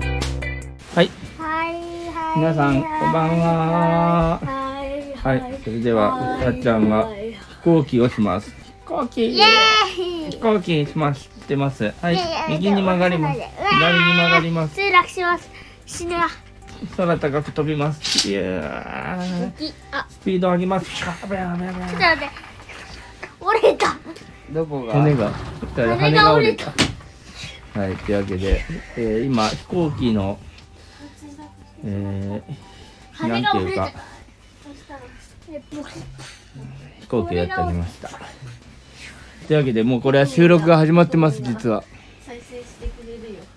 はい、はいはい。皆さんこんばんははいは。はいい、それでは、さっちゃんは飛行機をします。飛行機イエーイ飛行機します。してます。はいいやいや、右に曲がります。うわー左に曲がります。墜落します。死ぬわ。空高く飛びます。いやーいあ、スピード上げます。あぶやぶやぶちょっやと待って。折れた。どこが羽が、羽が折れた。はい、というわけで、えー、今飛行機の、えー、羽ながん折ていれうた。か飛行機をやっておりました。というわけで、もうこれは収録が始まってます。実は。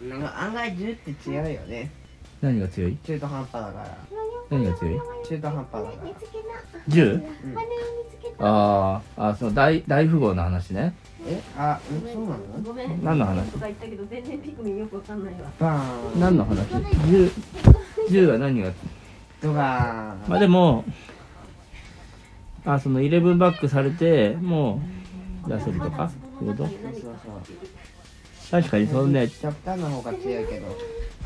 なんか案外10って違うよね何が強い？中途半端だから何が強い？中途半端だから十？うんあーあー、その大大富豪の話ね。えあうんそうなのごめん。何の話とか言ったけど全然ピクミンよくわかんないわ。バーン何の話？十十は何が？ドガーンまあでも、あそのイレブンバックされてもう出せるとかってこと？そうそうそう確かにそのね、キャプターの方が強いけど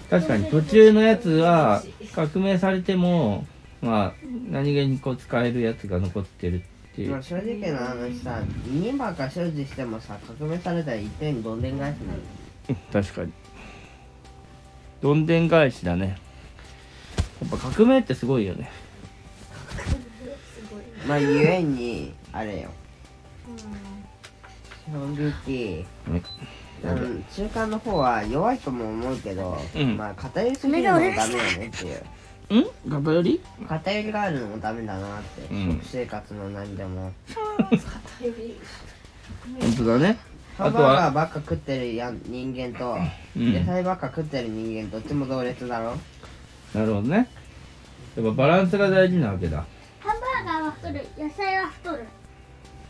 確かに途中のやつは革命されてもまあ何気にこう使えるやつが残ってるっていまあう正直な話さ2番か所持してもさ革命されたら1点どんでん返しになる確かにどんでん返しだねやっぱ革命ってすごいよねまあゆえにあれよ正直うんうん、中間の方は弱いとも思うけど、うんまあ偏りすぎるのもダメよねっていううん偏り偏りがあるのもダメだなって、うん食生活も何でも本当だねハあンとバーガはーばっか食ってるやん人間と、うん野菜ばっか食ってる人間どっちも同列だろなるほどねやっぱバランスが大事なわけだハンバーガーは太る。野菜は太る。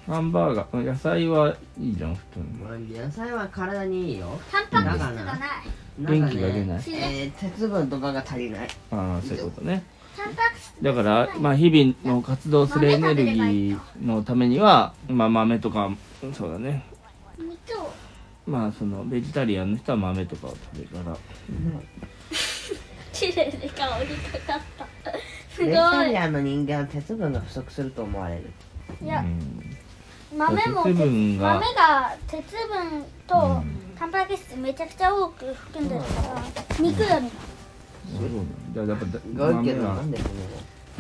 ハンバーガー野菜はいいじゃん普通にまあ野菜は体にいいよタンパク質がない。なんか元気が出ないえー鉄分とかが足りないああそういうことねタンパク質だから、まあ、日々の活動するエネルギーのためには、まあ、豆とかそうだね肉を。まあそのベジタリアンの人は豆とかを食べるから綺麗で顔にかかった。すごベい。ジタリアンの人間は鉄分が不足すると思われるいやう、ん豆も鉄分が豆が鉄分とタンパク質めちゃくちゃ多く含んでるから肉よりもそうなんだだからだすごい豆けどなはんでその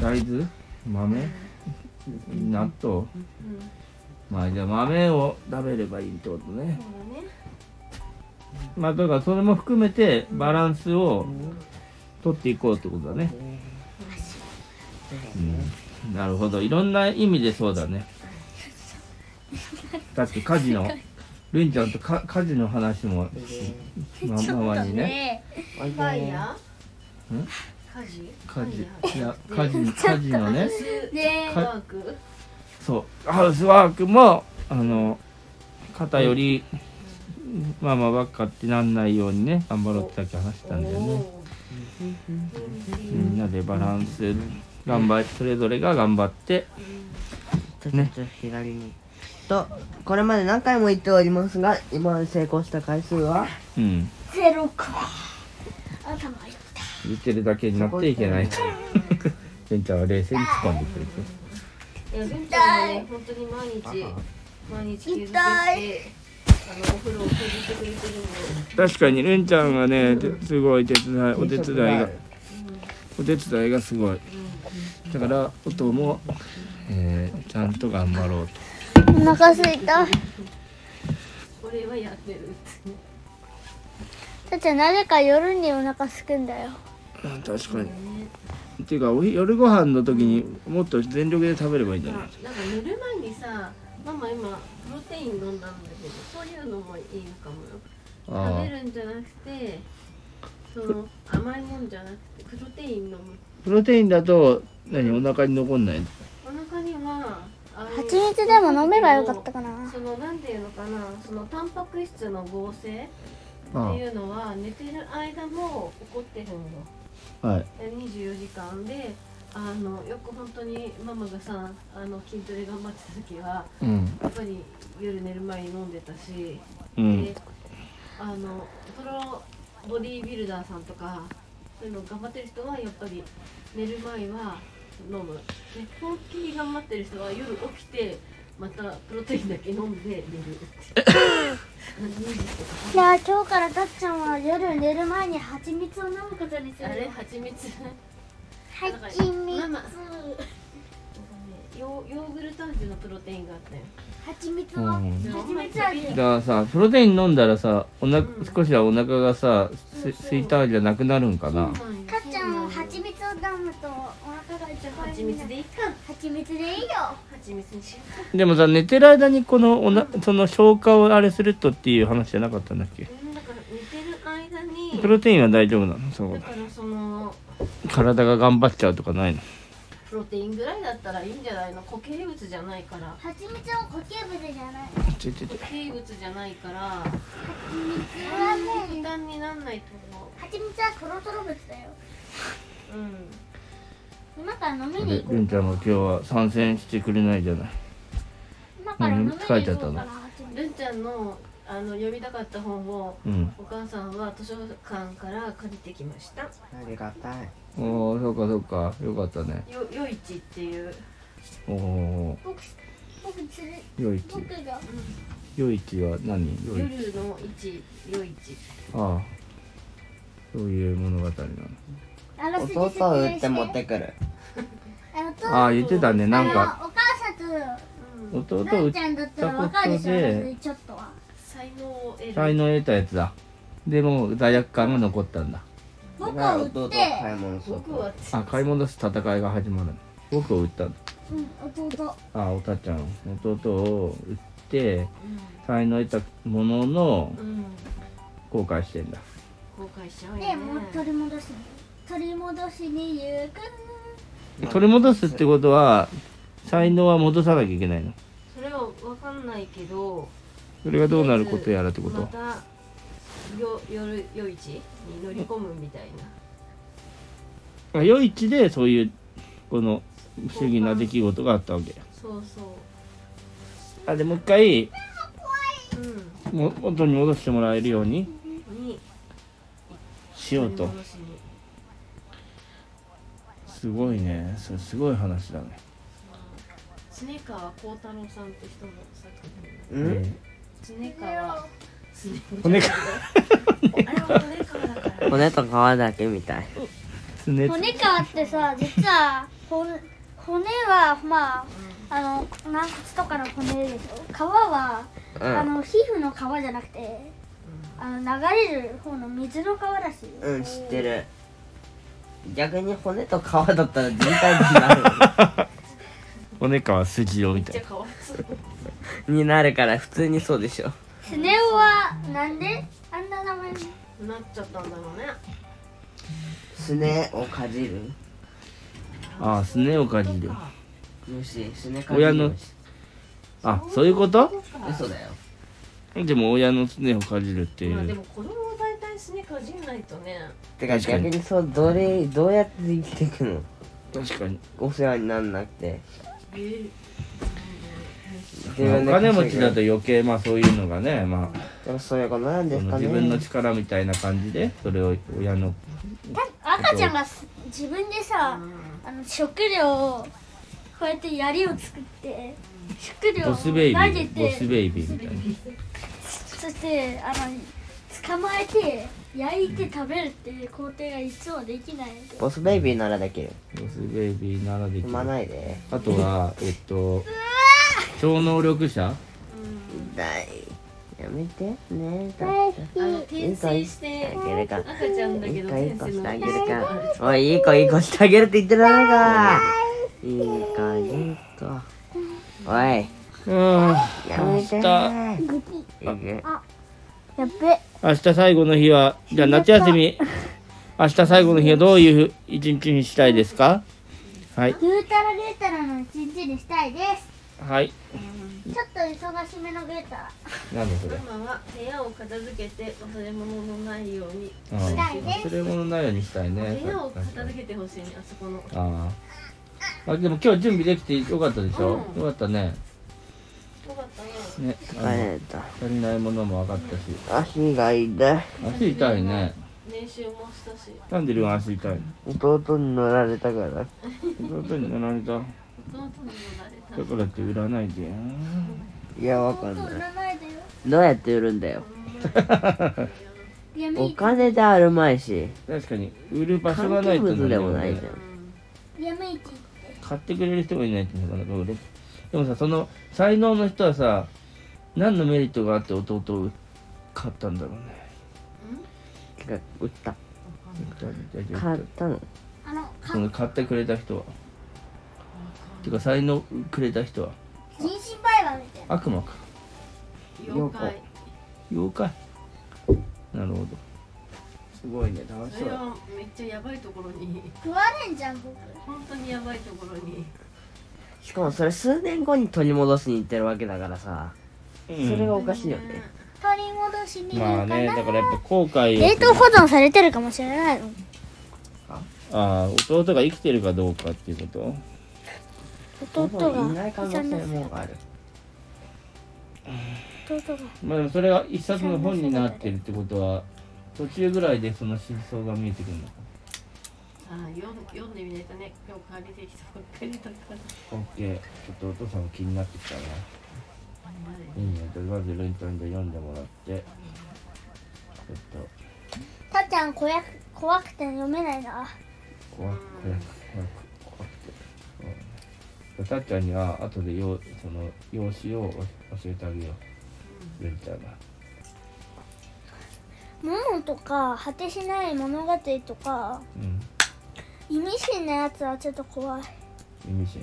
大豆豆納豆まあじゃあ豆を食べればいいってことねまあだからそれも含めてバランスを取っていこうってことだね、うん、なるほどいろんな意味でそうだねだって家事のるんちゃんとか家事の話もマママにねファイヤー？ん？家事？家事いや家事家事のねでかワーク？そうハウスワークもあの肩よりママばっかってなんないようにね頑張ろうってだけ話したんだよねみんなでバランス頑張りそれぞれが頑張ってちょっと左に、とこれまで何回も言っておりますが今まで成功した回数はうんゼロか頭痛い言ってるだけになっていけないレンちゃんは冷静に突っ込んでくれていやベンちゃんもね本当に毎日毎日気づいてあ痛のお風呂を掃除してくれてるの。確かにレンちゃんがねすごい手伝いお手伝いがお手伝いがすごいだから音も、えー、ちゃんと頑張ろうとお腹すいた俺はやってる。だってなぜか夜にお腹すくんだようん確かにっていうかおひ夜ご飯の時にもっと全力で食べればいいんじゃないなんか寝る前にさ、ママ今プロテイン飲んだんだけど、そういうのもいいのかもよ。食あべるんじゃなくてその甘いもんじゃなくてプロテイン飲むあプロテインだと何お腹に残んないお腹にはあの蜂蜜でも飲めばよかったかなそのなんていうのかなそのタンパク質の合成ってあいうのは寝てる間も起こってるのよあはいで24時間であのよく本当にママがさあの筋トレ頑張ってた時はうんやっぱり夜寝る前に飲んでたしうんであのプロボディービルダーさんとかそういうの頑張ってる人はやっぱり寝る前は飲むで本気に頑張ってる人は夜起きてまたプロテインだけ飲んで寝るっていう2時とかじゃあ今日からたっちゃんは夜寝る前に蜂蜜を飲むことにすあるれよ蜂蜜蜂蜜ママヨーヨーグルト味のプロテインがあったよ蜂蜜うはん蜂蜜味だからさプロテイン飲んだらさおなうん少しはお腹がさそすうそうすいたんじゃなくなるんかなたっちゃんも蜂蜂蜜を飲むとお腹がいっぱいにな蜜るでいいか蜂蜜でいいよ蜂蜜にしようでもさ寝てる間にこのおなその消化をあれするとっていう話じゃなかったんだっけうんだから寝てる間にプロテインは大丈夫なのそうだからその体が頑張っちゃうとかないのプロテインぐらいだったらいいんじゃないの固形物じゃないから蜂蜜は固形物じゃないちょいちょいちょい固形物じゃないからそれはも負う担にならないと思蜂蜜はトロトロ物だよううん今から飲みあにれ行こルンうちゃんも今日は参戦してくれないじゃない今から飲みに行こうん疲れちゃっうたかなな蜂蜜るんちゃんのあの読みたかった本をうんお母さんは図書館から借りてきましたありがたいおおそうかそうかよかったねよよいちっていうおお僕僕釣るよいち僕がよいちは何よ夜いちの一夜市ああそういう物語なのあらすじ弟説明を売しってて持ってくるあのとああ言ってたねなんかあのお母さんとうん弟をな売んっちゃんだったたらわこかとるでしょあらすでじちょっとは才能を得る才能を得たやつだでも罪悪感が残ったんだ僕だからを弟売をって買い物する僕はあ買い戻す戦いが始まる僕を売ったんだうん弟あおたちゃん弟を売って才能を得たもののうん、うん、後悔してんだ後悔しちゃうよねでもう取り戻しに取り戻しに行く取り戻すってことは才能は戻さなきゃいけないのそれは分かんないけどそれがどうなることやらってことまたよ夜夜市に乗り込むみたいなあ夜市でそういうこの不思議な出来事があったわけそうそあでもう一回うも元に戻してもらえるようにうんにしようと取り戻しにすごいねそれすごい話だね、常川幸太郎さんって人の作ううん品常川骨かあれは常川だから骨と皮だけみたい骨骨川ってさ実は骨骨はまああの軟骨とかの骨でしょ皮は、うあんの皮膚の皮じゃなくてあの流れる方の水の川らしいようん知ってる逆に骨と皮だったら人体になる 骨か筋をみめっちたゃいかわいそうになるから普通にそうでしょスネ夫はなんであんな名前になっちゃったんだろうねすねをかじるなあすねをかじる虫すねかじる親の虫あそういうこと嘘だよでも親のすねをかじるっていまあでうも子供は大体すねかじんないとねてか確か逆ににそうどれどうやって生きていくの確かにお世話になんなくてえーまあお自分で金稼ぐ持ちだと余計まあそういうのがねまあでもそういうことなんでそすのかね自分の力みたいな感じでそれを親の赤ちゃんがす自分でさあの食料をこうやって槍を作って食料をボ投スげベイビーボスてベイビーみたいなそしてあの捕まえて焼いて食べるっていう工程がいつもできないボスベイビーならできるボスベイビーならでき踏まるないであとはえっと超能力者痛いやめてねえだってあの転生してあげるか赤ちゃんだけどいい子転生してのあげるかおいいい子いい子してあげるって言ってるのかいい子いい子おいうんやめてねいくやっべ明日最後の日はじゃあ夏休み明日最後の日はどういう一日にしたいですかはいぐーたらぐーたらの一日にしたいですはいちょっと忙しめのぐーたらなんだそれママは部屋を片付けて忘れ物のないようにあしたいです忘れ物ないようにしたいね部屋を片付けてほしいねあそこのあああでも今日準備できてよかったでしょ、よかったねよかったねねあの疲れた足りないものも分かったし足が痛い足痛いね練習もしたしなんで両足痛い弟に乗られたからの弟に乗られた弟にもなれただからって売らないでいやわか本ん当ない占いだよどうやって売るんだよ闇お市金であるまいし確かに売る場所がないと関係物でもないじゃん闇市買ってくれる人がいないってなかなか売れでもさその才能の人はさ何のメリットがあって弟を買ったんだろうねてか売った大丈夫買ったのあのかその買ってくれた人はてか才能くれた人は人身売買みたいな悪魔か妖怪妖怪なるほどすごいね楽それはめっちゃやばいところに食われんじゃん僕本当にやばいところにしかもそれ数年後に取り戻しに行ってるわけだからさそれがおかしいよね取り戻しに行まあうかな、ねだからやっぱ後悔冷凍保存されてるかもしれないのああ弟が生きてるかどうかっていうこと弟がいない可能性もある弟がまあでもそれが一冊の本になってるってことは途中ぐらいでその真相が見えてくるのかあー読ん読んでみないとね今日借りてきたばっかりだからオッケーちょっとお父さんも気になってきたなうんいいねとりあえずレンタンで読んでもらってちょっとたっちゃん怖く怖くて読めないな怖く怖く怖く怖くて、うん、たっちゃんには後でようその用紙を教えてあげようレンタンが物とか果てしない物語とかうん意味深なやつはちょっと怖い意味深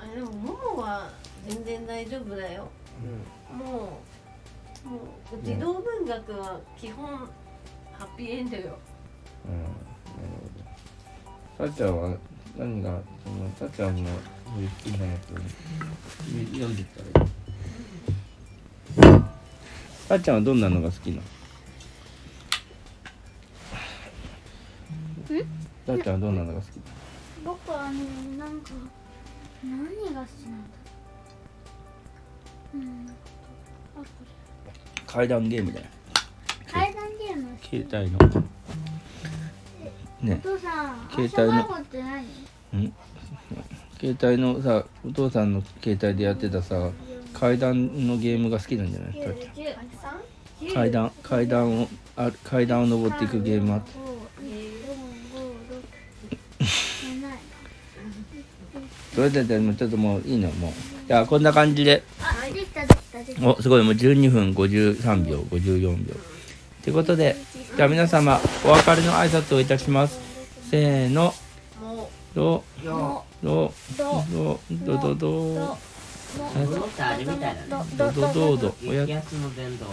あーでもももは全然大丈夫だよもうもう児童文学は基本ハッピーエンドようんなるほどさっちゃんは何がそのさっちゃんの好きなやつを読んでったらいいさっちゃんはどんなのが好きなのさっちゃんはどんなのが好きなの僕はねなんか何が好きなんだろううんあこ階段ゲームだよれ階段ゲーム好き携帯のねお父さん携帯暗の証番号って何携帯のさお父さんの携帯でやってたさ階段のゲームが好きなんじゃないさっちゃん階段階段をあ階段を登っていくゲームあってそれででもちょっともういいのもうじゃあこんな感じであ、できたできたできた。おすごいもう12分53秒54秒ということでじゃあ皆様お別れの挨拶をいたしますせーのもどどのどどどどどどどとあれみたいどどどどどおや激安の弁当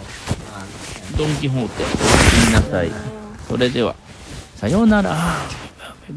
ドン・キホーテおやすみなさいそれではさようならう